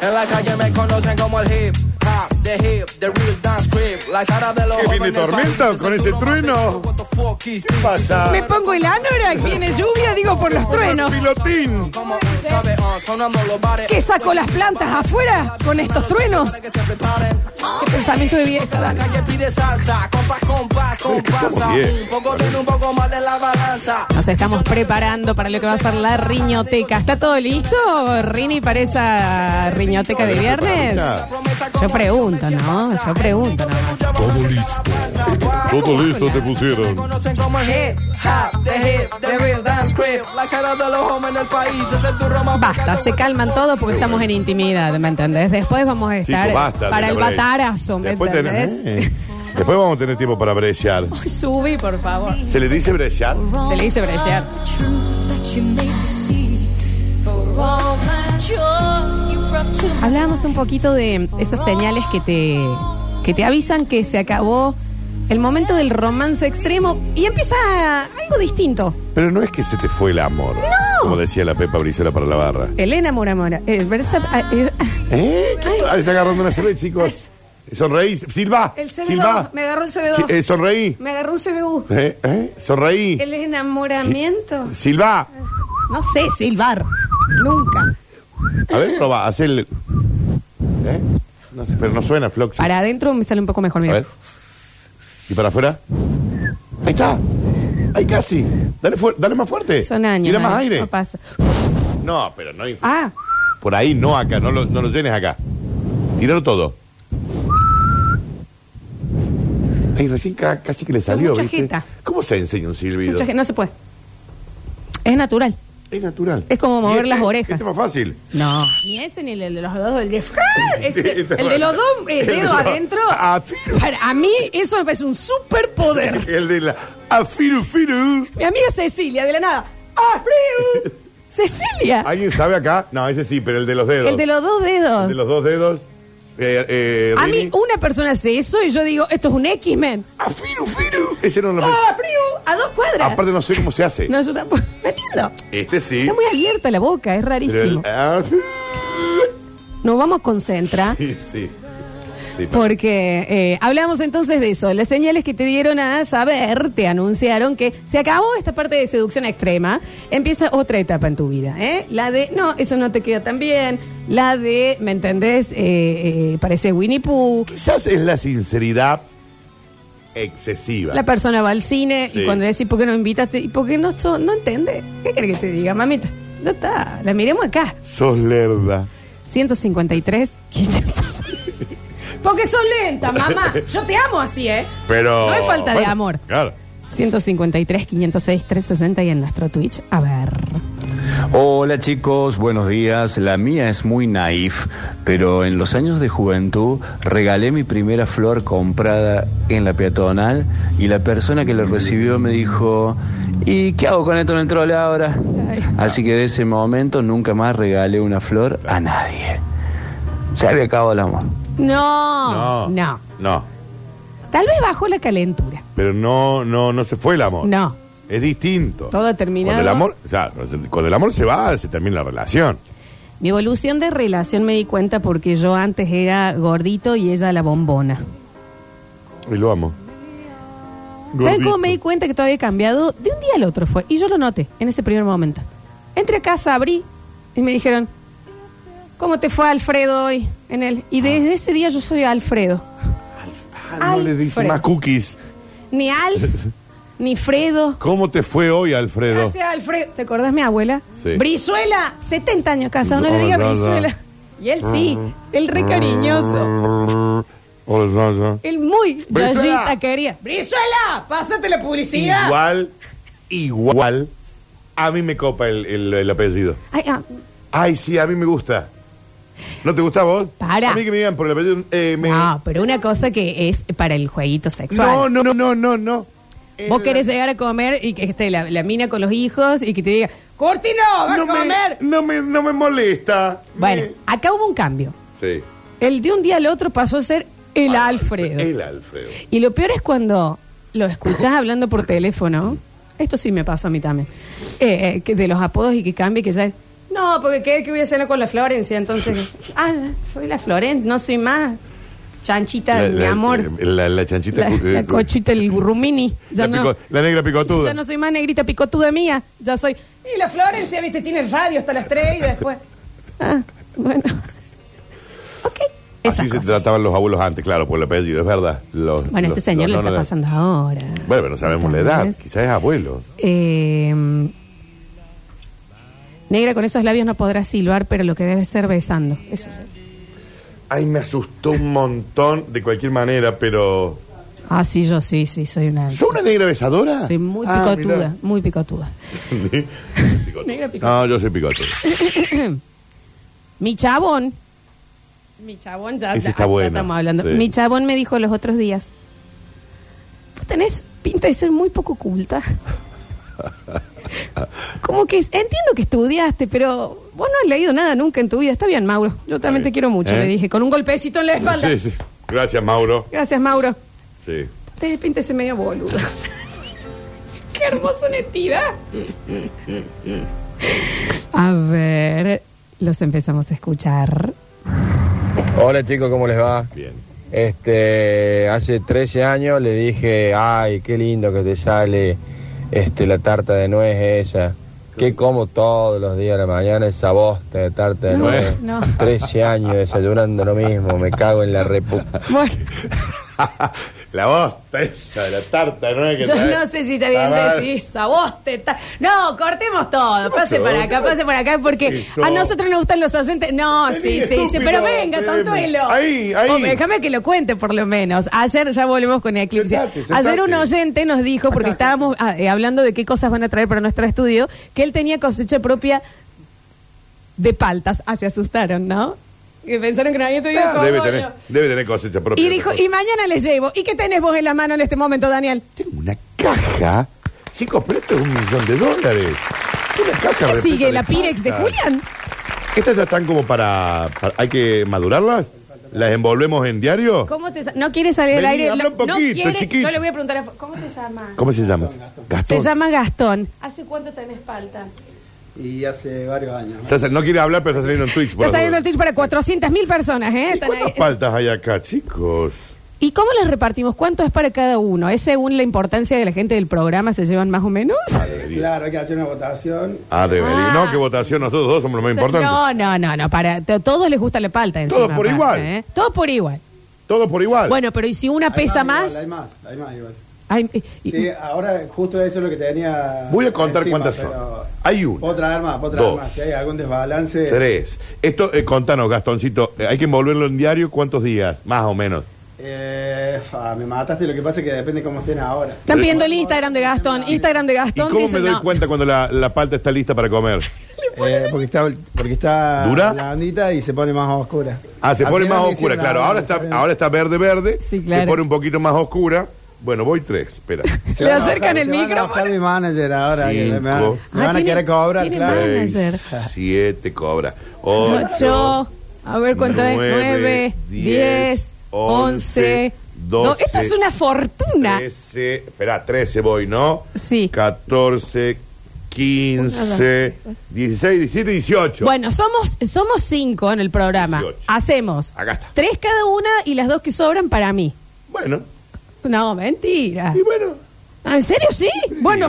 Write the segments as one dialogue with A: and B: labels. A: En la calle me conocen como el hip hop, the hip, the real dance creep. La cara de los
B: ¿Qué viene tormenta con ese trueno?
A: ¿Qué
B: ¿Qué pasa?
C: Me pongo el anora, que viene lluvia, digo por los truenos.
B: Pilotín.
A: uh,
C: ¿Qué saco las plantas afuera con estos truenos? Qué pensamiento de vieja,
A: La
C: Dani.
A: calle pide salsa, compas, compas, comparsa.
B: estamos bien.
A: Un poco de un poco más de la balanza.
C: Nos estamos preparando para lo que va a ser la riñoteca. ¿Está todo listo, Rini, para esa riñoteca de viernes?
B: Ah,
C: Yo pregunto, ¿no? Yo pregunto, ¿no?
A: Todo listo.
B: Todo listo te pusieron.
A: Conocen como el hip hop, the hip, the real dance creep. La cara de los hombres en el país es el turro más
C: Basta,
A: picante.
C: se calman todos porque estamos en intimidad, ¿me entendés? Después vamos a estar
B: Chicos, basta. de
C: para
B: la
C: el
B: brecha.
C: batarazo, ¿me
B: Después Eh.
C: entendés?
B: tenemos- eh, Después vamos a tener tiempo para brechear.
C: Ay, subí, por favor.
B: ¿Se le dice brechear?
C: Se le dice brechear. Hablábamos un poquito de esas señales que te, que te avisan que se acabó el momento del romance extremo y empieza algo distinto.
B: Pero no es que se te fue el amor. Como decía la Pepa Brizuela para la barra.
C: Elena Moramora. eh, versa- ah, eh,
B: ¿Eh? ¿Qué- Ah, está agarrando una cerveza, chicos. Sonreí. Silva.
C: El CB2,
B: Silva.
C: me agarró el CB2.
B: Sí, eh, sonreí.
C: me agarró un CBU.
B: ¿Eh? ¿Eh? Sonreí.
C: ¿El enamoramiento?
B: Silva.
C: No sé, silbar. Nunca.
B: A ver, probá. Hacé el... ¿Eh? No sé, pero no suena, Flox.
C: Para adentro me sale un poco
B: A
C: mejor, mira.
B: ver. ¿Y para afuera? Ahí está. Ahí casi. Dale, fuer- dale más fuerte.
C: Son años.
B: Tira más
C: dale,
B: aire.
C: No pasa.
B: No, pero no. hay-
C: Ah,
B: Por ahí no acá. No lo, no lo llenes acá. Tíralo todo. Ay, recién ca- casi que le salió.
C: mucha
B: ¿viste?
C: jeta.
B: ¿Cómo se enseña un silbido?
C: mucha gente- no se puede. Es natural.
B: Es natural.
C: Es como
B: Y
C: mover
B: este-
C: las orejas.
B: Este es más fácil.
C: No. Ni ese ni el de los dedos del Jeff. Ese,
B: Este
C: el de los dos eh,
B: El de
C: dedos
B: los- Ah,
C: adentro.
B: Afiru.
C: Para, a mí eso me parece un superpoder.
B: El de la. Afiru, firu.
C: Mi amiga Cecilia, de la nada. ¡Ah, frío! ¡Cecilia!
B: ¿Alguien sabe acá? No, ese sí, pero el de los dedos.
C: El de los dos
B: El
C: dedos.
B: de los dos dedos. Eh, eh,
C: a
B: Rini.
C: mí una persona hace eso y yo digo, esto es un X-Men.
B: ¡Ah, firu, firu! Ese no lo
C: ¡Ah, frío! A dos cuadras.
B: Aparte, no sé cómo se hace.
C: No, yo tampoco. No entiendo.
B: Este sí.
C: Está muy abierta la boca, es
B: pero el-
C: rarísimo.
B: ah,
C: Nos vamos a concentrar.
B: sí, sí. Sí, pa-
C: Porque eh, hablamos entonces de eso, las señales que te dieron a saber, te anunciaron que se acabó esta parte de seducción extrema, empieza otra etapa en tu vida, ¿eh? La de, no, eso no te queda tan bien, la de, ¿me entendés? Eh, eh, parece Winnie Pooh,
B: Quizás es la sinceridad excesiva.
C: la persona va al cine
B: Sí.
C: y cuando le decís, ¿por qué no me invitaste? ¿Y por qué no, so- no entiende? ¿Qué querés que te diga, mamita? No está, la miremos acá,
B: Sos lerda.
C: 153, 500. Porque son lenta, mamá, yo te amo así, ¿eh?
B: Pero.
C: No es falta de
B: Bueno,
C: amor.
B: Claro.
C: 153, 506, 360 y en nuestro Twitch. A ver.
D: Hola chicos, buenos días. La mía es muy naif, pero en los años de juventud regalé mi primera flor comprada en la peatonal y la persona que la recibió me dijo, ¿y qué hago con esto en el trole ahora?
C: Ay.
D: Así que de ese momento nunca más regalé una flor a nadie. Ya había acabado el amor.
C: No, no.
B: No.
C: Tal vez bajó la calentura.
B: Pero no, no, no se fue el amor.
C: No.
B: Es distinto.
C: Todo terminado.
B: Con el amor, ya, con el amor se va, se termina la relación.
C: Mi evolución de relación me di cuenta porque yo antes era gordito y ella la bombona.
B: Y lo amo.
C: ¿Saben
B: Gordito.
C: cómo me di cuenta que todo había cambiado? De un día al otro fue. Y yo lo noté en ese primer momento. Entré a casa, abrí y me dijeron, ¿cómo te fue Alfredo hoy? En él. Y desde ese día yo soy Alfredo.
B: Ah, no le dice
C: Alfredo.
B: más cookies.
C: Ni Alf, ni Fredo.
B: ¿Cómo te fue hoy, Alfredo?
C: Gracias, Alfredo. ¿Te acordás, mi abuela?
B: Sí.
C: Brizuela, 70 años casado, no, le
B: Oh,
C: diga
B: no, no.
C: Brizuela. Y él sí, él re cariñoso.
B: Hola, Sasha.
C: Él muy
B: Brizuela.
C: yayita quería. ¡Brizuela! ¡Pásate la publicidad!
B: Igual, igual. A mí me copa el, el- el apellido.
C: Ay, ah,
B: Ay, sí, a mí me gusta. ¿No te gusta a vos?
C: Para.
B: A mí que me digan por el apellido. eh, me-
C: no, pero una cosa que es para el jueguito sexual.
B: no, no, no, no, no, no.
C: Vos querés llegar a comer y que esté la, la mina con los hijos y que te diga, ¡Curtino, va
B: No
C: a comer!
B: me, no, me, no me molesta.
C: Bueno,
B: Me-
C: acá hubo un cambio.
B: Sí.
C: El de un día al otro pasó a ser el Alfredo.
B: El Alfredo.
C: Y lo peor es cuando lo escuchás hablando por teléfono. Esto sí me pasó a mí también. Eh, eh, que de los apodos y que cambie, que ya es. No, porque ¿qué, qué voy a hacer con la Florencia? Entonces, ah, soy la Florencia, no soy más chanchita, mi amor.
B: La, la chanchita.
C: La,
B: eh,
C: la cochita, el rumini. Ya
B: la,
C: no-
B: pico- la negra picotuda.
C: Ya no soy más negrita picotuda mía. Ya soy. Y la Florencia, viste, tiene el radio hasta las 3 y después. Ah, bueno. Ok. Esas
B: Así se
C: cosas.
B: trataban los abuelos antes, claro, por el apellido, es verdad. Los-
C: Bueno,
B: los-
C: este señor
B: los
C: le está
B: nonos de-
C: pasando ahora.
B: Bueno, pero no sabemos la edad,
C: ¿Entendés?
B: quizás es abuelo.
C: Eh, negra con esos labios no podrá silbar, pero lo que debe ser besando. Eso.
B: Ay, me asustó un montón de cualquier manera, pero.
C: Ah, sí, yo sí, sí, soy una.
B: ¿Soy una negra besadora?
C: Soy muy
B: Ah,
C: picotuda, muy picotuda.
B: mirá.
C: Negra
B: no,
C: picotuda.
B: yo soy picotuda.
C: Mi chabón. Mi chabón ya,
B: Ese
C: ya-
B: está
C: ya
B: bueno,
C: estamos hablando.
B: sí.
C: Mi chabón me dijo los otros días. Vos tenés pinta de ser muy poco culta. Como que es- entiendo que estudiaste, pero vos no has leído nada nunca en tu vida. Está bien, Mauro. Yo también
B: bien.
C: te quiero mucho,
B: ¿Eh?
C: le dije, con un golpecito en la espalda.
B: Sí, sí. Gracias, Mauro.
C: Gracias, Mauro.
B: Sí.
C: Te pinta ese medio boludo. Qué hermosa honestidad. A ver, los empezamos a escuchar.
E: Hola chicos, ¿cómo les va?
B: Bien.
E: Este, hace 13 años le dije, ay, qué lindo que te sale este, la tarta de nuez esa. Que como todos los días de la mañana esa bosta de tarta de
C: No,
E: nuez.
C: no.
E: 13 años desayunando lo mismo, me cago en la repu...
C: Bueno,
B: la bosta esa, de la tarta, ¿no? Que
C: yo
B: trae.
C: no sé si te bien
B: Está mal.
C: decís, a vos te está... No, cortemos todo, pase
B: pasó?
C: para acá, pase para acá, porque
B: Sí, no.
C: a nosotros nos gustan los oyentes. No, sí, sí, sí,
B: estúpido,
C: pero venga,
B: Fede.
C: tontuelo.
B: Ahí, ahí.
C: Hombre, déjame que lo cuente por lo menos. Ayer, ya volvemos con Eclipse.
B: Sentate, sentate.
C: Ayer un oyente nos dijo, porque estábamos ah, eh, hablando de qué cosas van a traer para nuestro estudio, que él tenía cosecha propia de paltas. Ah, se asustaron, ¿no? Que pensaron que nadie te dijo
B: Ah,
C: cómo,
B: debe, tener,
C: no.
B: debe tener cosecha propia.
C: Y dijo, y mañana les llevo. ¿Y qué tenés vos en la mano en este momento, Daniel?
B: Tengo una caja. Chicos, pero esto es un millón de dólares. Una caja
C: ¿Qué
B: repleta
C: sigue?
B: de
C: ¿La Pirex de
B: cartas.
C: Julián?
B: Estas ya están como para, para- ¿Hay que madurarlas? ¿Las envolvemos en diario? ¿Cómo,
C: ¿Cómo te ll- ¿No quiere salir al
B: Vení,
C: aire?
B: habla
C: No-
B: un poquito,
C: no quiere-
B: chiquito.
C: Yo le voy a preguntar a... ¿Cómo te llamas?
B: se llama? Gastón.
C: Se llama Gastón. ¿Hace cuánto tenés palta?
F: Y hace varios años.
B: Está sal- no quiere hablar, pero está saliendo en Twitch. por
C: Está
B: las
C: saliendo el
B: dudas.
C: Twitch para 400.000 personas, ¿eh?
B: ¿Y
C: Están
B: ¿Cuántas
C: ahí.
B: paltas hay acá, chicos?
C: ¿Y cómo les repartimos? ¿Cuánto es para cada uno? ¿Es según la importancia de la gente del programa? ¿Se llevan más o menos?
F: Claro, hay que hacer una votación.
B: Ah, debería.
C: Ah.
B: No, qué votación. Nosotros dos somos los más importantes.
C: No, no, no, no. Para, a todos les gusta la palta encima.
B: Todos por
C: aparte,
B: igual.
C: ¿eh? Todos por igual.
B: Todos por igual.
C: Bueno, pero ¿y si una
F: Hay
C: pesa
F: igual,
C: más?
F: hay más, hay más igual.
C: Ay, y- y-
F: Sí, ahora justo eso es lo que tenía.
B: Voy a contar
F: encima,
B: cuántas son.
F: pero-
B: Hay una,
F: Otra arma, otra
B: dos,
F: arma. Si hay algún desbalance.
B: Tres. Esto, eh, contanos, Gastoncito. eh, ¿Hay que envolverlo en diario cuántos días? Más o menos.
F: Eh, fa, me mataste, lo que pasa es que depende cómo estén ahora.
C: Están pidiendo el Instagram de Gastón. Instagram de
B: ¿Y
C: Gastón.
B: cómo
C: dice,
B: me doy
C: no.
B: cuenta cuando la, la palta está lista para comer?
F: Eh, porque está, porque está
B: ¿Dura?
F: blandita y se pone más oscura.
B: Ah, se
F: Al
B: pone
F: final
B: más
F: le
B: oscura,
F: hicieron
B: claro.
F: la-
B: Ahora está, ahora está verde, verde.
C: Sí, claro.
B: Se pone un poquito más oscura. Bueno, voy tres. Espera.
F: Se
C: Le
F: van a
C: acercan
F: bajar,
C: el
F: se van a
C: micrófono.
F: bajar mi manager ahora. que me, van-
B: Cinco.
F: me van
C: Ah,
F: a
C: tiene-
F: querer cobrar.
C: tiene
F: claro.
C: manager.
B: Seis, siete cobra. Ocho.
C: Ocho. A ver cuánto
B: nueve,
C: es. 9, 10,
B: diez,
C: 11,
B: once,
C: 12.
B: doce,
C: Esto es una fortuna.
B: 13, espera, 13 voy, ¿no?
C: Sí.
B: 14, 15, 16, 17, 18.
C: Bueno, somos, somos cinco en el programa.
B: 18.
C: Hacemos
B: Acá está.
C: tres cada una y las dos que sobran para mí.
B: Bueno,
C: No, mentira.
B: y bueno.
C: Ah, ¿En serio sí? Bueno,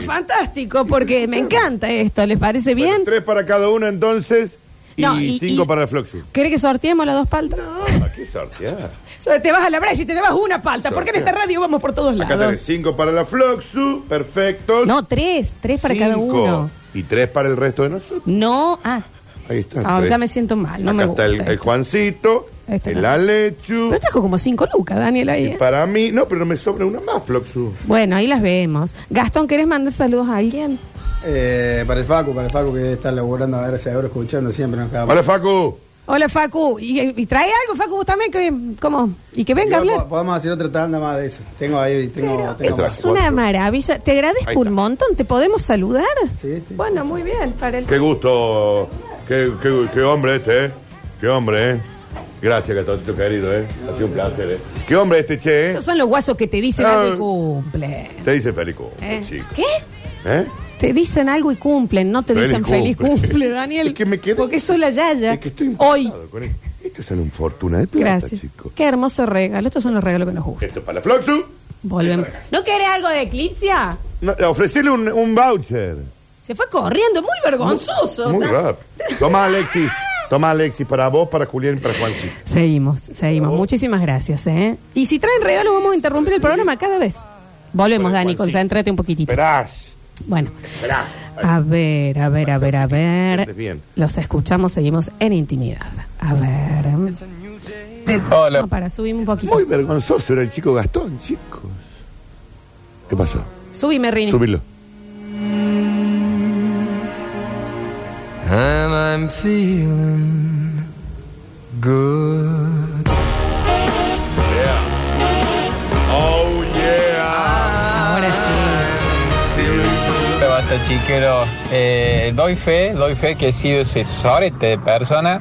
C: fantástico, porque me encanta esto. ¿Les parece bien?
B: Bueno, tres para cada uno entonces y,
C: No, y- Ah,
B: cinco
C: y-
B: para el Fluxus.
C: ¿Querés que sorteemos las dos paltas?
B: No, qué sorteada.
C: O sea, te vas a la brecha y te llevas una palta, porque en esta radio vamos por todos
B: Acá tenés
C: lados.
B: cinco para la Fluxus, perfectos.
C: No, tres, tres para cada
B: Cinco.
C: uno.
B: Y tres para el resto de nosotros.
C: No, ah,
B: Ahí está.
C: Ah,
B: tres.
C: ya me siento mal, no
B: Acá
C: me
B: está
C: gusta.
B: el, el
C: esto.
B: Juancito,
C: Esto
B: el
C: no.
B: Alechu.
C: Pero trajo como cinco lucas, Daniel, ahí.
B: Y
C: ¿eh?
B: para mí, no, pero me sobra una más, Fluxus.
C: Bueno, ahí las vemos. Gastón, ¿querés mandar saludos a alguien?
F: Eh, para el Facu, para el Facu que debe estar laburando, a ver si ahora escuchando siempre. Nos
B: Hola, Facu.
C: Hola, Facu. ¿Y, y trae algo, Facu, vos también? Que, ¿Cómo? Y que venga a hablar.
F: Podemos hacer otra tanda más de eso. Tengo ahí, tengo, tengo
B: Extra.
F: más.
C: Es una maravilla. Te
B: Ahí
C: agradezco
B: está.
C: un montón. ¿Te podemos saludar?
F: Sí, sí.
C: Bueno, muy bien. Para el...
B: Qué gusto. Qué, qué- qué hombre este, ¿eh? Qué hombre, ¿eh? Gracias, Gatoncito querido, ¿eh? Ha sido un placer, ¿eh? Qué hombre este, che, ¿eh?
C: Estos son los guasos que te dicen
B: Ah.
C: algo cumple.
B: Te dice feliz cumple,
C: ¿Eh?
B: este chico.
C: ¿Qué?
B: ¿Eh?
C: Te dicen algo y cumplen, no te
B: Feliz
C: dicen feliz
B: cumple.
C: cumple, Daniel.
B: Es que me quedé-
C: Porque soy la Yaya.
B: Es que estoy
C: Hoy.
B: impactado con esto. Esto sale en fortuna de plata,
C: Gracias.
B: chicos.
C: Qué hermoso regalo. Estos son los regalos que nos gustan.
B: Esto es para la Floxu.
C: Volvemos. ¿No querés algo de Eclipsia?
B: No, ofrecerle un, un voucher.
C: Se fue corriendo, muy vergonzoso.
B: Muy
C: ¿tá?
B: rápido. Toma, Alexis. Toma, Alexis, para vos, para Julián y para Juancito.
C: Seguimos, seguimos. Muchísimas gracias, ¿eh? Y si traen regalos, vamos a interrumpir el programa cada vez. Volvemos, Dani, concéntrate un poquitito.
B: Esperás.
C: Bueno,
B: Esperás.
C: a ver, a ver, a ver, a ver.
B: Sientes bien.
C: Los escuchamos, seguimos en intimidad. A ver.
E: Hola.
C: No, para, subimos un poquito.
B: Muy vergonzoso era el chico Gastón, chicos. ¿Qué pasó?
C: Subime, Rini.
B: Subirlo.
G: And I'm feeling good.
B: Oh, yeah.
C: Ahora sí.
E: Basta chiquero, Eh, doy fe, doy fe que he sido ese sorete de persona.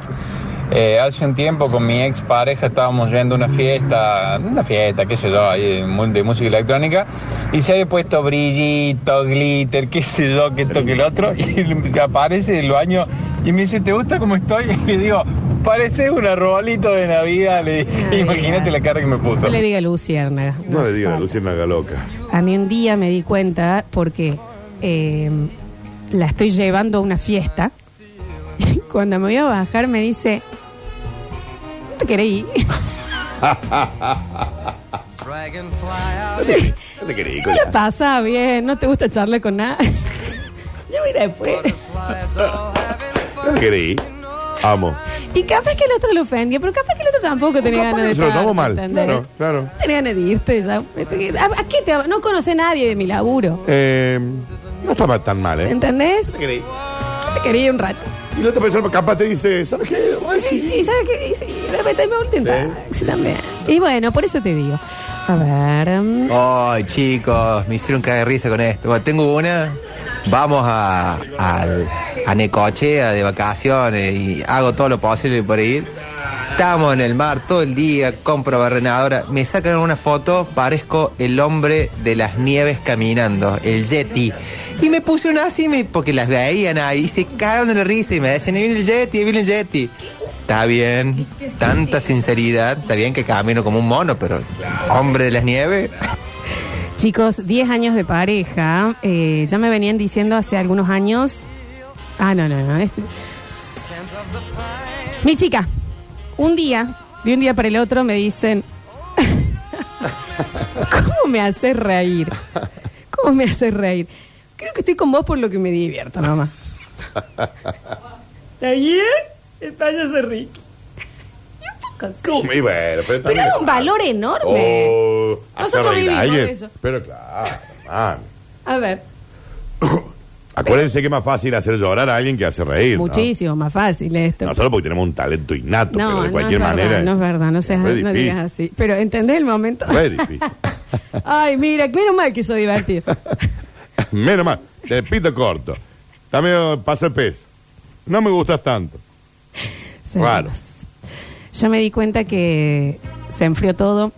E: Eh, hace un tiempo con mi ex pareja estábamos yendo a una fiesta, una fiesta, qué sé yo, ahí, mu- de música electrónica, y se había puesto brillito, glitter, qué sé yo, que esto, que el otro, y aparece del baño y me dice, ¿te gusta cómo estoy? Y le digo, parece un arbolito de Navidad, le dije.
C: Ay,
E: imagínate la cara que me puso.
C: No le diga Luciérnaga.
B: No le digan a Luciana loca.
C: A mí un día me di cuenta porque eh, la estoy llevando a una fiesta. Y cuando me voy a bajar me dice, ¿no te querés ir? Sí.
B: No te querés ir
C: Si
B: con
C: no la
B: la-
C: pasa bien, no te gusta charlar con nada. Yo voy después.
B: No te querés ir. Amo.
C: Y capaz que el otro lo ofendió, pero capaz que el otro tampoco tenía
B: capaz
C: ganas de
B: que se lo
C: estar,
B: tomó mal.
C: ¿entendés?
B: Claro, claro.
C: No tenía ganas de irte ya. ¿A, a qué te va? No conoce nadie de mi laburo.
B: Eh, no estaba tan mal, ¿eh?
C: ¿Entendés?
B: No te querés ir.
C: Yo te quería ir un rato.
B: Y la otra persona capaz te dice, ¿sabes qué? Ay,
C: Y,
B: sí.
C: y ¿sabes qué? Y sí, de repente me voy a intentar. Sí, también. Y bueno, por eso te digo. A ver. mm,
G: Ay, chicos, me hicieron caer de risa con esto. Bueno, tengo una. Vamos a, al- a Necochea de vacaciones y hago todo lo posible por ir. Estamos en el mar todo el día, compro barrenadora. Me sacan una foto, parezco el hombre de las nieves caminando, el Yeti. Y me puse una así me- porque las veían ahí y se cagaron de la risa y me decían, ahí viene el Yeti, ahí viene el Yeti. Está bien, tanta sinceridad, está bien que camino como un mono, pero hombre de las nieves.
C: Chicos, 10 años de pareja. eh, ya me venían diciendo hace algunos años. Ah, no, no, no. este- Mi chica, un día, de un día para el otro, me dicen. ¿Cómo me haces reír? ¿Cómo me haces reír? Creo que estoy con vos por lo que me divierto, nomás. ¿Está bien? El payaso Ricky. Y un poco sí.
B: Y bueno, pero
C: Pero
B: también-
C: era un valor enorme.
B: Oh, hacer
C: Nosotros
B: reír a
C: vivimos
B: alguien.
C: eso.
B: Pero claro, man.
C: A ver,
B: Acuérdense que es más fácil hacer llorar a alguien que hacer reír. ¿no?
C: muchísimo más fácil esto.
B: No solo porque tenemos un talento innato, pero de cualquier
C: es
B: manera.
C: Verdad, no es verdad, no, seas,
B: re
C: no
B: difícil,
C: digas así. Pero entendés el momento.
B: re difícil.
C: Ay, mira, menos mal que soy divertido.
B: Menos mal, de pito corto. También pasa el pez. No me gustas tanto.
C: Seguimos.
B: Raro.
C: Yo me di cuenta que se enfrió todo.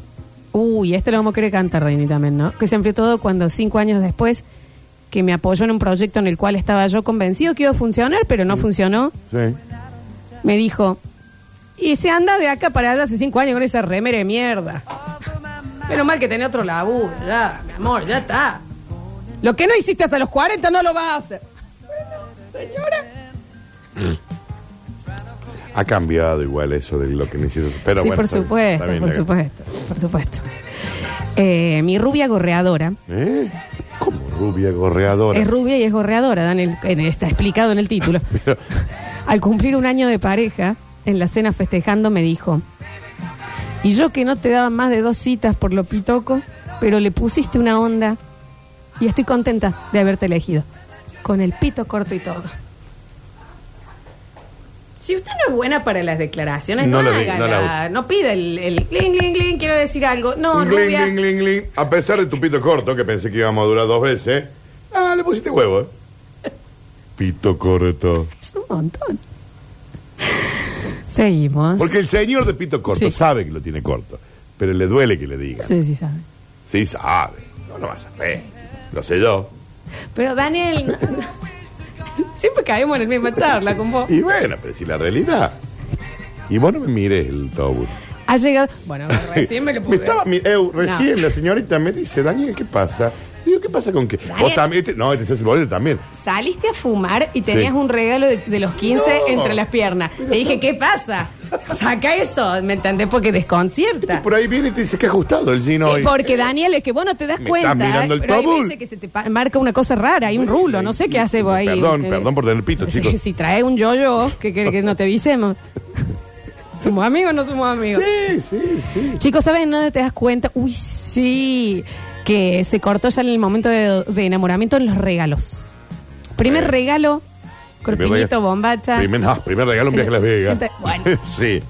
C: Uy, esto lo vamos a querer cantar, Reini, también, ¿no? Que se enfrió todo cuando cinco años después que me apoyó en un proyecto en el cual estaba yo convencido que iba a funcionar, pero no funcionó.
B: Sí.
C: me dijo, y se anda de acá para allá hace cinco años con esa remera de mierda. Menos mal que tenés otro laburo, ya, mi amor, ya está. Lo que no hiciste hasta los 40 no lo vas a hacer.
B: Ha cambiado igual eso de lo que me hicieron. Pero
C: sí,
B: bueno,
C: por
B: está bien,
C: supuesto,
B: está bien,
C: por
B: la-
C: supuesto, por supuesto. Eh, mi rubia gorreadora.
B: ¿Eh? Como rubia gorreadora.
C: Es rubia y es gorreadora, Dan, en- en- está explicado en el título.
B: Pero-
C: Al cumplir un año de pareja, en la cena festejando me dijo, y yo que no te daba más de dos citas por lo pitoco, pero le pusiste una onda y estoy contenta de haberte elegido, con el pito corto y todo. Si usted no es buena para las declaraciones, no,
B: No la vi,
C: haga
B: no la
C: la- no pida el, el cling, cling, cling, quiero decir algo. No,
B: Gling,
C: rubia,
B: gling, gling, gling. A pesar de tu pito corto, que pensé que íbamos a durar dos veces, ah, le pusiste huevo. ¿eh? Pito corto.
C: es un montón. Seguimos.
B: Porque el señor de pito corto
C: Sí.
B: sabe que lo tiene corto, pero le duele que le digan. Sí,
C: Sí, sí, sabe.
B: sabe. No lo vas a ver. Lo sé yo.
C: Pero Daniel, no- no. siempre caemos en la misma charla con vos.
B: Y bueno, pero si la realidad. Y vos no me mires el tabú.
C: Ha llegado. Bueno, recién me lo pude.
B: estaba mi- eu, recién la señorita me dice, Daniel, ¿qué pasa? Digo, ¿qué pasa con qué? Vos
C: Daniel.
B: también, este- no, este sos el boludo también.
C: Saliste a fumar y tenías
B: Sí.
C: un regalo de, de los 15
B: No.
C: entre las piernas. Te dije, ¿qué pasa? Saca eso, ¿me entendés? Porque
B: Y
C: desconcierta.
B: por ahí viene y te dice que ajustado el gin hoy.
C: Eh, Porque Daniel, es que vos no te das
B: Me
C: cuenta. ¿eh?
B: estás mirando el
C: pero hay
B: tabú.
C: veces que se te pa- marca una cosa rara, hay un rulo, no sé qué hace vos ahí.
B: Perdón,
C: Eh,
B: perdón por tener pito,
C: si-
B: chicos.
C: Si trae un yoyo, que, que, que no te avisemos. ¿Somos amigos o no somos amigos?
B: Sí, sí, sí.
C: Chicos, ¿saben dónde te das cuenta? Uy, sí, que se cortó ya en el momento de, de enamoramiento en los regalos. Primer
B: Eh.
C: regalo,
B: Primer
C: corpiñito,
B: regalo-
C: bombacha.
B: Primer, no, primer regalo un viaje a Las Vegas.
C: Ente- bueno.
B: sí.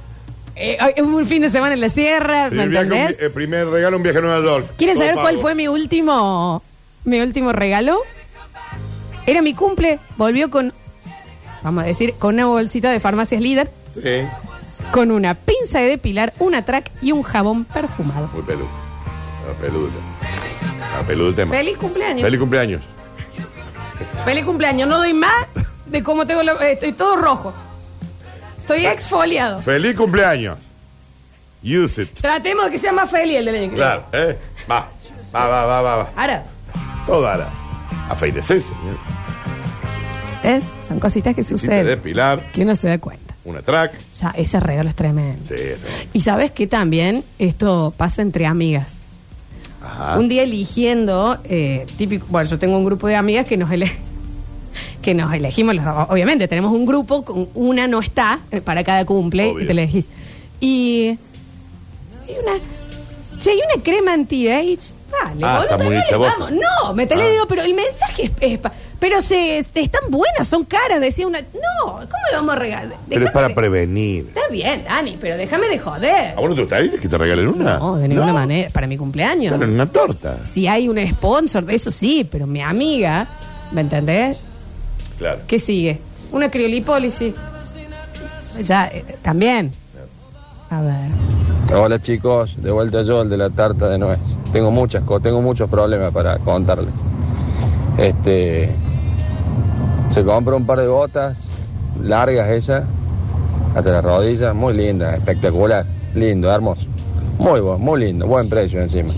C: Eh, ay, un fin de semana en la sierra, ¿me
B: Primer, viaje, un
C: entendés?
B: vi- eh, primer regalo un viaje a Nueva York.
C: ¿Quieren
B: Todo
C: saber cuál
B: pago.
C: fue mi último mi último regalo? Era mi cumple, volvió con vamos a decir, con una bolsita de farmacias líder,
B: Sí,
C: con una pinza de depilar, una track y un jabón perfumado.
B: muy peludo. La peluda. La peluda el tema.
C: Feliz cumpleaños.
B: Feliz cumpleaños.
C: Feliz cumpleaños, no doy más de cómo tengo la- eh, estoy todo rojo. Estoy exfoliado.
B: Feliz cumpleaños. Use it.
C: Tratemos de que sea más feliz el del año que
B: Claro, ¿eh? Va. Va, va, va, va. va.
C: viene. Ahora,
B: Todo ahora. Afeítese, señor.
C: ¿ves? Son cositas que
B: Si te
C: suceden
B: depilar,
C: que uno se da cuenta.
B: una track.
C: Ya, ese regalo es tremendo.
B: Sí, sí.
C: Y sabes que también esto pasa entre amigas.
B: Ajá.
C: Un día eligiendo, eh, típico, bueno, yo tengo un grupo de amigas que nos ele- que nos elegimos los robots. Obviamente, tenemos un grupo, con una no está eh, para cada cumple
B: Obvio.
C: y te la elegís. Y. y una. Che, hay una crema anti-age. Dale,
B: Ah, está
C: boludo,
B: muy
C: dale,
B: hecha bosta.
C: vamos. No, me te le
B: Ah.
C: digo, pero el mensaje es. es pa- pero se, están buenas, son caras, decía una. No, ¿cómo le vamos a regalar?
B: Pero es
C: Dejame
B: para
C: de-
B: prevenir.
C: Está bien, Dani, pero déjame de joder.
B: ¿A vos no te gustaría que te regalen una?
C: No, de ninguna manera. Para mi cumpleaños.
B: Claro, en una torta.
C: Si hay un sponsor de eso, sí, pero mi amiga, ¿me entendés?
B: Claro.
C: ¿Qué sigue? Una criolipólisis. Ya, eh, también. A ver.
E: Hola chicos, de vuelta yo, el de la tarta de nuez. Tengo muchas cosas, tengo muchos problemas para contarles. Este, se compró un par de botas, largas esas, hasta las rodillas, muy lindas, espectacular, lindo, hermoso. Muy bueno, muy lindo, buen precio encima.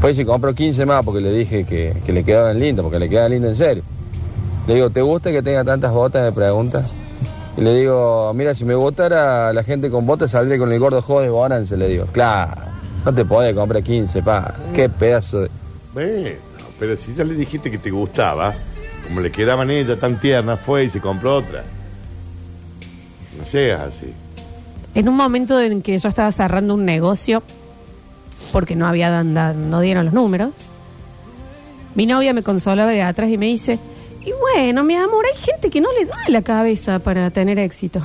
E: Fue y se compró 15 más porque le dije que, que le quedaban lindas, porque le quedaban lindas en serio. Le digo, ¿te gusta que tenga tantas botas? Me pregunta. Y le digo, mira, si me votara la gente con botas, saldré con el gordo joven de Bonanza. Le digo, claro, no te podés comprar 15, pa. Qué pedazo de...
B: Bueno, pero si ya le dijiste que te gustaba, como le quedaban ellas tan tiernas, fue y se compró otra. No seas así.
C: En un momento en que yo estaba cerrando un negocio, porque no había dan- dan- no dieron los números, mi novia me consolaba de atrás y me dice, y bueno, mi amor, hay gente que no le da la cabeza para tener éxito.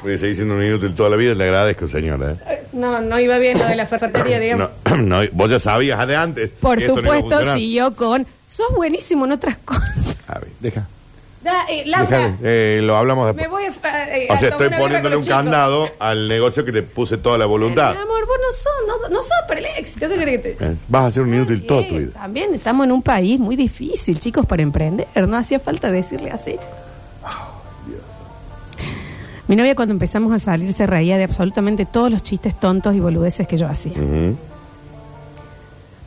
B: Porque se diciendo un inútil toda la vida, le agradezco, señora. ¿eh?
C: No, no iba bien lo de la ferretería, digamos.
B: No, no, vos ya sabías de antes.
C: Por
B: que esto no iba a
C: supuesto,
B: funcionar.
C: siguió con, sos buenísimo en otras cosas.
B: A ver, deja.
C: Ya, eh,
B: deja
C: Laura,
B: eh, lo hablamos después.
C: me voy a... eh,
B: o
C: a
B: sea,
C: tomar
B: estoy
C: una birra con
B: poniéndole
C: los
B: un
C: chicos.
B: candado al negocio que te puse toda la
C: Mi
B: voluntad.
C: amor, vos no sos, no, no sos para el éxito, ¿qué querés que te...
B: Eh, Vas a ser un inútil toda tu
C: Eh,
B: vida.
C: También estamos en un país muy difícil, chicos, para emprender. No hacía falta decirle así. Mi novia cuando empezamos a salir se reía de absolutamente todos los chistes tontos y boludeces que yo hacía.
B: Ujú.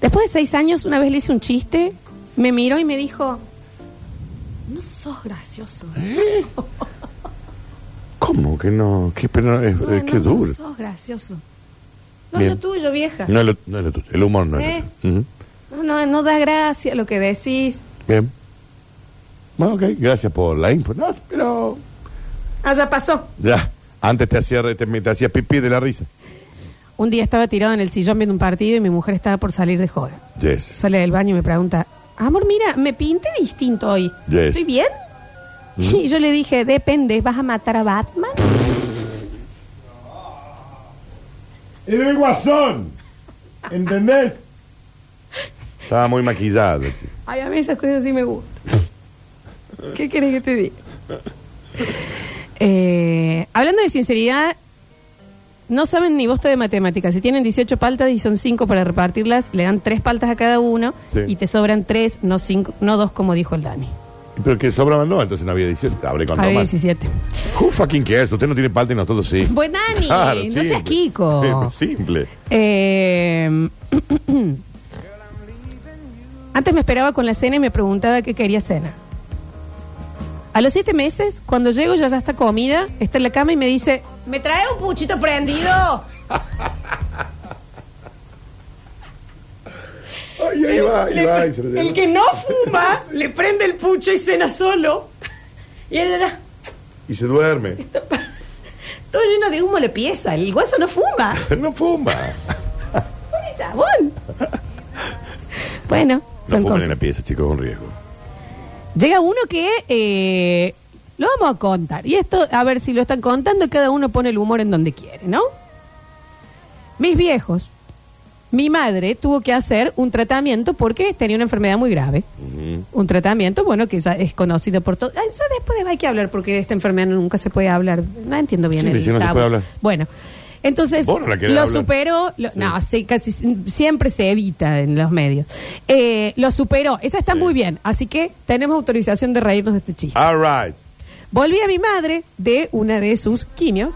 C: Después de seis años, una vez le hice un chiste, me miró y me dijo, no sos gracioso. ¿eh?
B: ¿Cómo que no? ¿Qué, pero es,
C: No,
B: es que
C: no, no
B: duro.
C: sos gracioso. No es
B: Bien.
C: lo tuyo, vieja.
B: No es, lo, no es lo tuyo. El humor no es
C: ¿Eh?
B: lo tuyo. Ujú.
C: No, no, no da gracia lo que decís.
B: Bien. Bueno, ok. Gracias por la info. No, pero
C: Ah, ya pasó.
B: ya. Antes te hacía, re- te, me- te hacía pipí de la risa.
C: Un día estaba tirado en el sillón viendo un partido y mi mujer estaba por salir de joda.
B: Yes.
C: Sale del baño y me pregunta, amor, mira, me pinté distinto hoy.
B: Yes.
C: ¿Estoy bien? Y yo le dije, depende, ¿vas a matar a Batman?
B: Era el guasón. ¿Entendés? Estaba muy maquillado. sí.
C: Ay, a mí esas cosas sí me gustan. ¿Qué querés que te diga? Eh, hablando de sinceridad, No saben ni bosta de matemáticas. Si tienen 18 paltas y son 5 para repartirlas, le dan 3 paltas a cada uno
B: Sí.
C: y te sobran 3, no 5, no 2 como dijo el Dani.
B: Pero que sobraban no, entonces no había 18. Habré contado
C: Había
B: mal.
C: 17.
B: Who fucking cares? Usted no tiene palta y nosotros sí.
C: Buen Dani,
B: Claro,
C: no
B: simple.
C: seas Kiko.
B: Simple.
C: Eh, antes me esperaba con la cena y me preguntaba qué quería cena. A los siete meses, cuando llego ya, ya está comida, está en la cama y me dice, ¿me trae un puchito prendido?
B: Ay, ahí va, ahí va. y se lo lleva.
C: El que no fuma le prende el pucho y cena solo. Y ella ya,
B: Y se duerme.
C: todo lleno de humo le pieza. El hueso no fuma.
B: No fuma.
C: Pobre chabón. Bueno,
B: No fumen
C: son
B: en
C: cosas.
B: la pieza, chicos, es un riesgo.
C: Llega uno que eh, lo vamos a contar. Y esto, a ver si lo están contando, cada uno pone el humor en donde quiere, ¿no? Mis viejos, mi madre tuvo que hacer un tratamiento porque tenía una enfermedad muy grave. Un tratamiento, bueno, que ya es conocido por todos. Ay, Ya después de- hay que hablar porque de esta enfermedad nunca se puede hablar. No entiendo bien
B: Sí,
C: el
B: sí, no se
C: tabú.
B: puede hablar.
C: Bueno, entonces
B: Vos no la querés
C: lo
B: hablar.
C: superó. lo- No, sí, casi si- siempre se evita en los medios. Eh, lo superó. Esa está muy bien. Así que tenemos autorización de reírnos de este chiste.
B: All right.
C: Volví a mi madre de una de sus quimios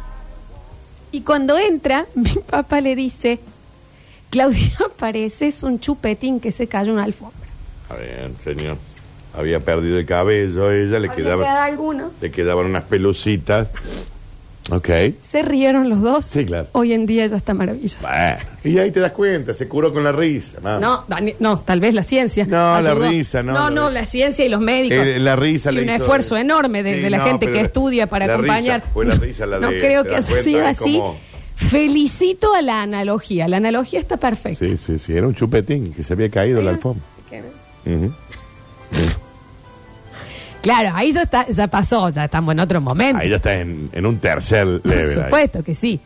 C: y cuando entra, mi papá le dice, Claudia, pareces un chupetín que se cayó en una alfombra.
B: A ver, señor. Había perdido el cabello, ella le
C: Había quedado
B: quedaba,
C: alguno.
B: le quedaban unas pelucitas. Ok.
C: Se rieron los dos.
B: Sí, claro.
C: Hoy en día ya está maravilloso.
B: Bueno. Y ahí te das cuenta, se curó con la risa. mamá.
C: No, Dani- no, tal vez la ciencia.
B: No, la risa, no,
C: No,
B: la
C: no,
B: risa.
C: la ciencia y los médicos.
B: Eh, la risa
C: Y
B: le
C: un
B: hizo-
C: esfuerzo enorme de,
B: Sí,
C: de la
B: no,
C: gente
B: pero
C: que
B: la-
C: estudia para
B: la risa,
C: acompañar.
B: fue la risa la
C: no
B: de-
C: creo
B: ¿te
C: que
B: das
C: haya
B: cuenta?
C: sido
B: Es
C: así.
B: como-
C: Felicito a la analogía. La analogía está perfecta.
B: Sí, sí, sí. Era un chupetín que se había caído la alfombra. Ujú.
C: Claro, ahí ya, está, ya pasó, ya estamos en otro momento.
B: Ahí ya está en, en un tercer level.
C: Por
B: ahí.
C: supuesto que sí.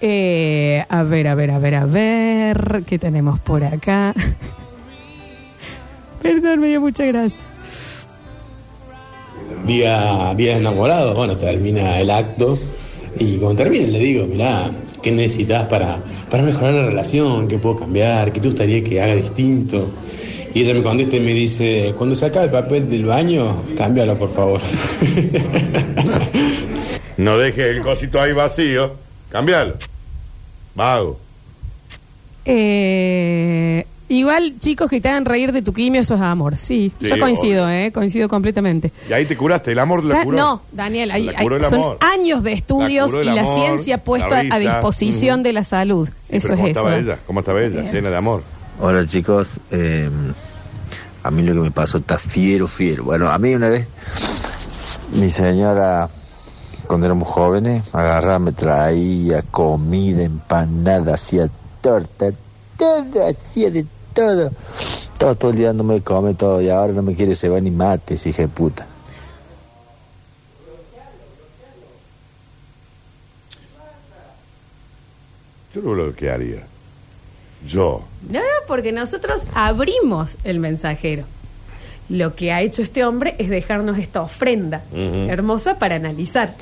C: Eh, a ver, a ver, a ver, a ver. ¿Qué tenemos por acá? Perdón, me dio mucha gracia.
H: día, día enamorado, bueno, termina el acto y cuando termine le digo, mirá, ¿qué necesitas para, para mejorar la relación? ¿Qué puedo cambiar? ¿Qué te gustaría que haga distinto? Y ella me contesta y me dice, cuando saca el papel del baño, cámbialo por favor.
B: No deje el cosito ahí vacío. Cambialo. Vago.
C: Eh, igual, chicos, que te hagan reír de tu quimio, eso es amor. Sí,
B: Sí,
C: yo coincido,
B: obvio.
C: ¿eh? Coincido completamente.
B: Y ahí te curaste, el amor la
C: Da-
B: curó.
C: Ah, No, Daniel, hay-
B: La
C: hay-
B: curó el
C: son
B: amor.
C: años de estudios
B: curó
C: y
B: el
C: la
B: amor,
C: ciencia
B: la
C: puesta a
B: risa.
C: disposición de la salud.
B: Sí,
C: eso
B: pero
C: es
B: ¿cómo
C: eso.
B: Estaba ella? ¿Cómo estaba ella? Llena de amor.
I: Hola chicos, Eh, a mí lo que me pasó está fiero, fiero. Bueno, a mí una vez, mi señora, cuando éramos jóvenes, agarraba, me traía comida, empanada, hacía torta, todo, hacía de todo. Todo, todo el día dándome de comer, todo, y ahora no me quiere cebar ni mates, hija de puta.
B: Yo lo bloquearía. Yo.
C: No, no, porque nosotros abrimos el mensajero. Lo que ha hecho este hombre es dejarnos esta ofrenda
B: Ujú.
C: hermosa para analizar.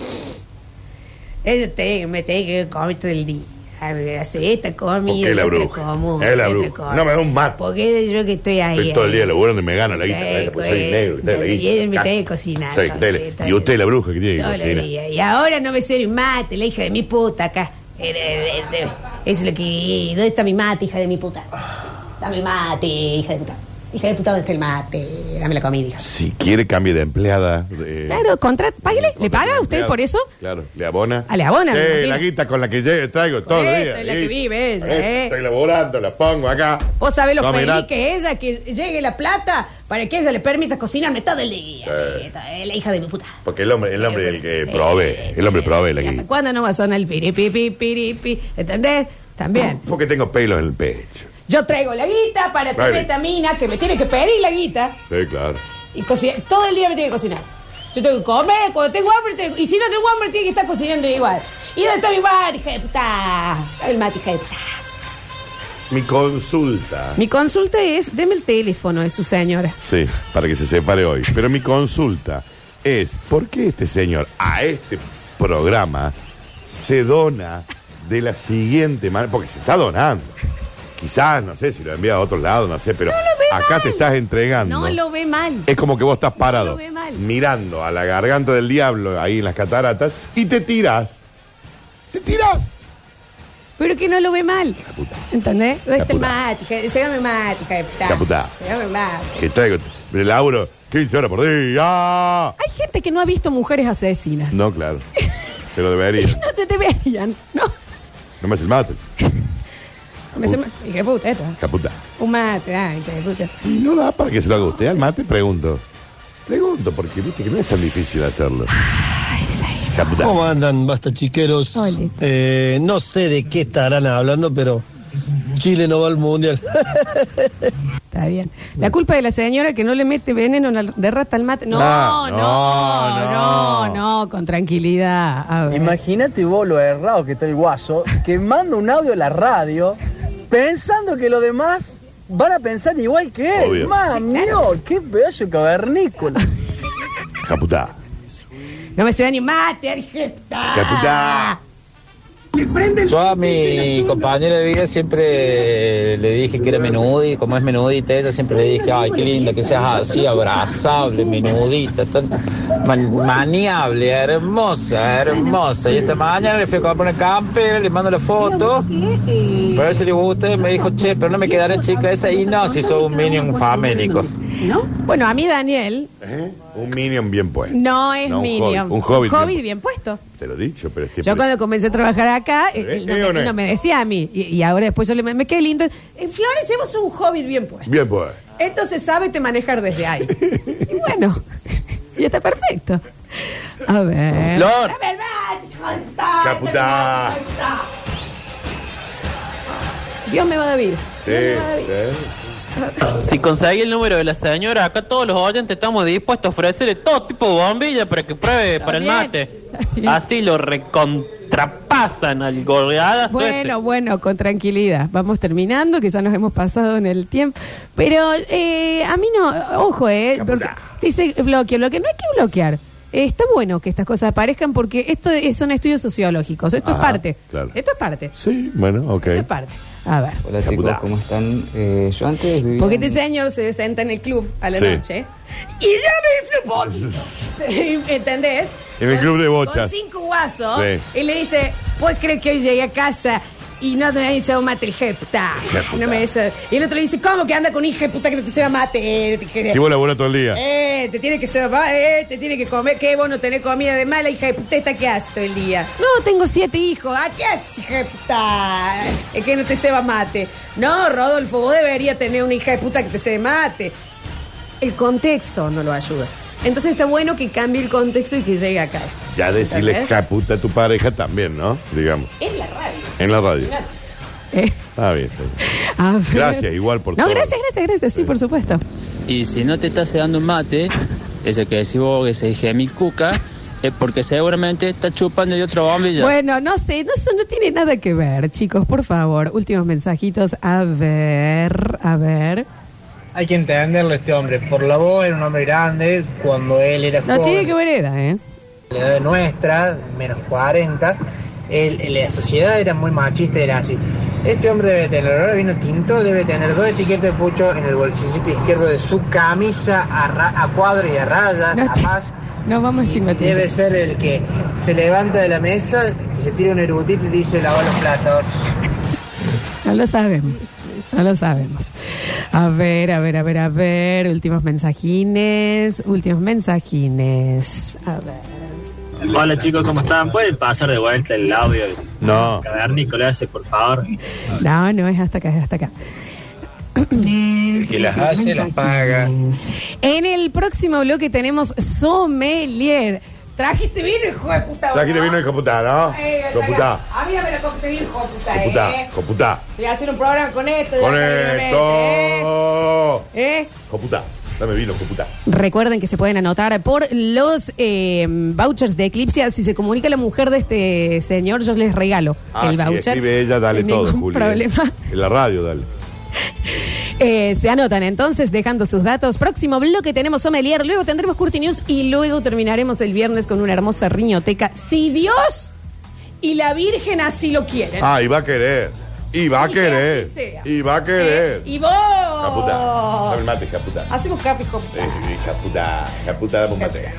C: Él te- me tiene que comer todo el día. A ver, Hace esta comida.
B: Porque es la
C: yo te
B: bruja.
C: como,
B: Es la
C: yo te
B: bruja.
C: como.
B: No me da un mate.
C: Porque yo que estoy ahí.
B: Estoy todo el día
C: ahí.
B: laburando y me gana la guita, la guita, porque soy
C: Eh,
B: negro, usted la
C: eh, Y
B: guita,
C: él me
B: la
C: tiene que
B: casa.
C: cocinar.
B: Sí,
C: todo
B: usted
C: el
B: la-
C: día, todo
B: y usted
C: el
B: la bruja que tiene que
C: Todo el
B: cocinar.
C: día. Y ahora no me sirve un mate, la hija de mi puta acá. Eh, Era- era- Es lo que. ¿Dónde está mi mate, hija de mi puta? Dame el mate, hija de puta. Hija de puta, ¿dónde está el mate? Dame la comida, hija.
B: Si quiere, cambie de empleada. eh,
C: Claro, contra, págale, le
B: contrate
C: paga
B: de
C: a usted
B: empleada.
C: por eso.
B: Claro, le abona.
C: Ah, le abona, me
B: Sí,
C: imagino.
B: la guita con la que lle- traigo todo el
C: esta
B: día.
C: es la que
B: Sí.
C: vive ella,
B: Esta
C: eh.
B: Estoy laburando, la pongo acá.
C: Vos sabés lo
B: No,
C: feliz
B: mirá.
C: que es ella, que llegue la plata para que ella le permita cocinarme todo el día.
B: Sí.
C: Eh, La hija de mi puta. Eh,
B: Porque el hombre, el hombre es el que provee. El hombre provee la guita.
C: ¿Cuándo no va a sonar el piripi, piripi, piripi? ¿Entendés? También.
B: Porque tengo pelos en el pecho.
C: Yo traigo la guita para tu
B: Dale.
C: vitamina que me tiene que pedir la guita.
B: Sí, claro.
C: Y cocinar. Todo el día me tiene que cocinar. Yo tengo que comer, cuando tengo hambre, tengo- y si no tengo hambre, tiene que estar cocinando igual. ¿Y dónde está mi bar, hija de puta? Dame El mate, hija de puta.
B: Mi consulta.
C: Mi consulta es, deme el teléfono de su señora.
B: Sí, para que se separe hoy. Pero mi consulta es, ¿por qué este señor a este programa se dona de la siguiente manera, porque se está donando. Quizás, no sé, si lo envía a otro lado, no sé, pero acá te estás entregando.
C: No lo ve mal.
B: Es como que vos estás
C: lo
B: parado,
C: ve mal.
B: mirando a la garganta del diablo ahí en las cataratas y te tiras. Te tiras.
C: Pero que no lo ve mal.
B: puta.
C: ¿Entendés? ¿Dónde está el
B: puta.
C: mate? hija? Ségame mate, hija de puta.
B: La puta.
C: Ségame mate.
B: Que traigo, me laburo 15 horas por día.
C: Hay gente que no ha visto mujeres asesinas.
B: No, claro. Pero debería.
C: No se te veían. No.
B: No me hace el mate.
C: Me se- Hija de puta, esto.
B: Caputa.
C: Un mate, ay, hija de puta.
B: Y no da para que se lo haga usted al mate, pregunto. Pregunto, porque viste que no es tan difícil hacerlo. Caputa.
J: ¿Cómo andan, basta chiqueros?
C: Oli.
J: Eh, no sé de qué estarán hablando, pero Chile no va al mundial.
C: Está bien. La culpa de la señora que no le mete veneno en la- de rata al mate. No,
B: Ah,
C: no,
B: no,
C: no, no, con tranquilidad. A ver.
K: Imagínate vos lo errado que está el guaso, que manda un audio a la radio pensando que los demás van a pensar igual que él.
B: Obvio.
K: Mami, oh, qué pedazo de cavernícola.
B: Caputa.
C: No me se ve ni mate, Argenta.
B: Caputa.
G: Yo a mi compañera de vida siempre le dije que era menudita, como es menudita ella, siempre le dije, ay, qué linda que seas así, abrazable, menudita, tan man- maniable, hermosa, hermosa. Y esta mañana le fui a comprar una campera, le mando la foto, para ver si le gusta, y me dijo, che, pero no me quedaré chica esa, y no, si soy un minion famélico.
C: Bueno, a mí Daniel
B: ¿Eh? Un minion bien puesto.
C: no es
B: No, un
C: Minion.
B: hobbit, un hobbit
C: Hobbit
B: bien-
C: bien puesto.
B: Te lo he dicho, pero este es que.
C: Yo cuando comencé a trabajar acá, eh,
B: ¿Eh?
C: él no,
B: ¿Eh
C: me,
B: o no?
C: él no me decía a mí. Y, y ahora después yo le me qué lindo. Eh, En Flores hemos un hobbit bien puesto.
B: Bien puesto.
C: Entonces sabe te manejar desde ahí. y bueno, y está perfecto. A ver.
B: Flor.
C: Dame el mate, hijo de puta,
B: Caputa.
C: dame el mate, hijo de puta. Dios me va a David.
B: Sí, sí.
K: Si conseguí el número de la señora, acá todos los oyentes estamos dispuestos a ofrecerle todo tipo de bombilla para que pruebe
C: para el bien, mate. está bien.
K: Así lo recontrapasan al este. gorreada.
C: Bueno, bueno, con tranquilidad. Vamos terminando, que ya nos hemos pasado en el tiempo. Pero eh, a mí no, ojo, eh, porque dice bloqueo, lo que no hay que bloquear. Eh, Está bueno que estas cosas aparezcan porque esto es- son estudios sociológicos. Esto es
B: Ajá,
C: parte.
B: Ah, claro.
C: Esto es parte.
B: Sí, bueno, ok.
C: Esto es parte. A ver.
B: Hola, chicos, ¿cómo
K: están? Eh, yo antes
C: Porque este señor se senta en el club a la
B: Sí.
C: noche y ya me infló ¿Entendés?
B: En el club de bochas.
C: Con cinco guasos
B: Sí.
C: y le dice, pues crees que hoy llegué a casa y no te hice un mate jepta.
B: Hija de puta.
C: No me dice. Y el otro le dice, ¿cómo que anda con hija de puta que no te sea mate? Eh, te quiere-
B: Si vos laburás todo el día.
C: Eh, te tiene que ser, va, eh, te tiene que comer, que vos no tenés comida de mala, hija de puta, esta que haces todo el día. No, tengo siete hijos, ¿a qué haces, hija de puta? Es que no te ceba mate. No, Rodolfo, vos deberías tener una hija de puta que te ceba mate. El contexto no lo ayuda. Entonces está bueno que cambie el contexto y que llegue acá.
B: Ya decirle
C: ¿Entendés?
B: caputa a tu pareja también, ¿no? Digamos.
C: Es la radio.
B: En la radio.
C: Eh,
B: Está bien. está bien.
C: a ver.
B: Gracias, igual por
C: No,
B: todo.
C: gracias, gracias, gracias, sí, por supuesto.
K: Y si no te estás dando un mate, ese que decís vos, que se dije mi cuca, es porque seguramente está chupando de otra bombilla.
C: Bueno, no sé, no, eso no tiene nada que ver, chicos, por favor. Últimos mensajitos, a ver, a ver.
K: Hay que entenderlo este hombre. Por la voz era un hombre grande cuando él era
C: No tiene que ver edad, ¿eh?
K: la edad nuestra, menos 40, el- la sociedad era muy machista, era así. Este hombre debe tener ahora vino tinto, debe tener dos etiquetas de pucho en el bolsillito izquierdo de su camisa a, ra- a cuadro y a rayas,
C: No
K: a
C: te-
K: más.
C: No vamos a
K: Y debe
C: estigmatizar.
K: ser el que se levanta de la mesa, se tira un erudito y dice lava los platos.
C: No lo sabemos. No lo sabemos. A ver, a ver, a ver, a ver. Últimos mensajines. Últimos mensajines. A ver.
K: Hola chicos, ¿cómo están? ¿Pueden pasar de vuelta el audio?
B: No.
K: Cavernícola ese, por favor.
C: No, no es hasta acá, es hasta acá.
J: El que las hace, las paga.
C: En el próximo bloque tenemos Sommelier. Trajiste vino, hijo de puta.
B: Ya aquí te vino el caputa, ¿no?
C: Eh,
B: Caputa.
C: A mí me lo cogiste bien, hijo de puta,
B: Caputa.
C: eh.
B: Caputa.
C: Voy a hacer un programa con esto.
B: Con
C: ya está bien, eh.
B: esto.
C: ¿Eh?
B: Coputa, dame vino, coputa.
C: Recuerden que se pueden anotar por los eh, vouchers de Eclipse. Si se comunica la mujer de este señor, yo les regalo
B: Ah,
C: el
B: si
C: voucher.
B: escribe ella, dale
C: sin
B: todo,
C: ningún
B: Juli.
C: problema.
B: En la radio, dale.
C: Eh, se anotan entonces, dejando sus datos. Próximo bloque tenemos Sommelier, luego tendremos Curti News y luego terminaremos el viernes con una hermosa riñoteca. Si Dios y la Virgen así lo quiere.
B: Ah, y va a querer. Y va a
C: Y que
B: querer.
C: así sea. ¿Eh?
B: Y va a querer.
C: Y Oh. vos.
B: Caputa. Dame el mate, caputa.
C: Hacemos capi, copa.
B: Eh, caputa. Caputa, dame un mate.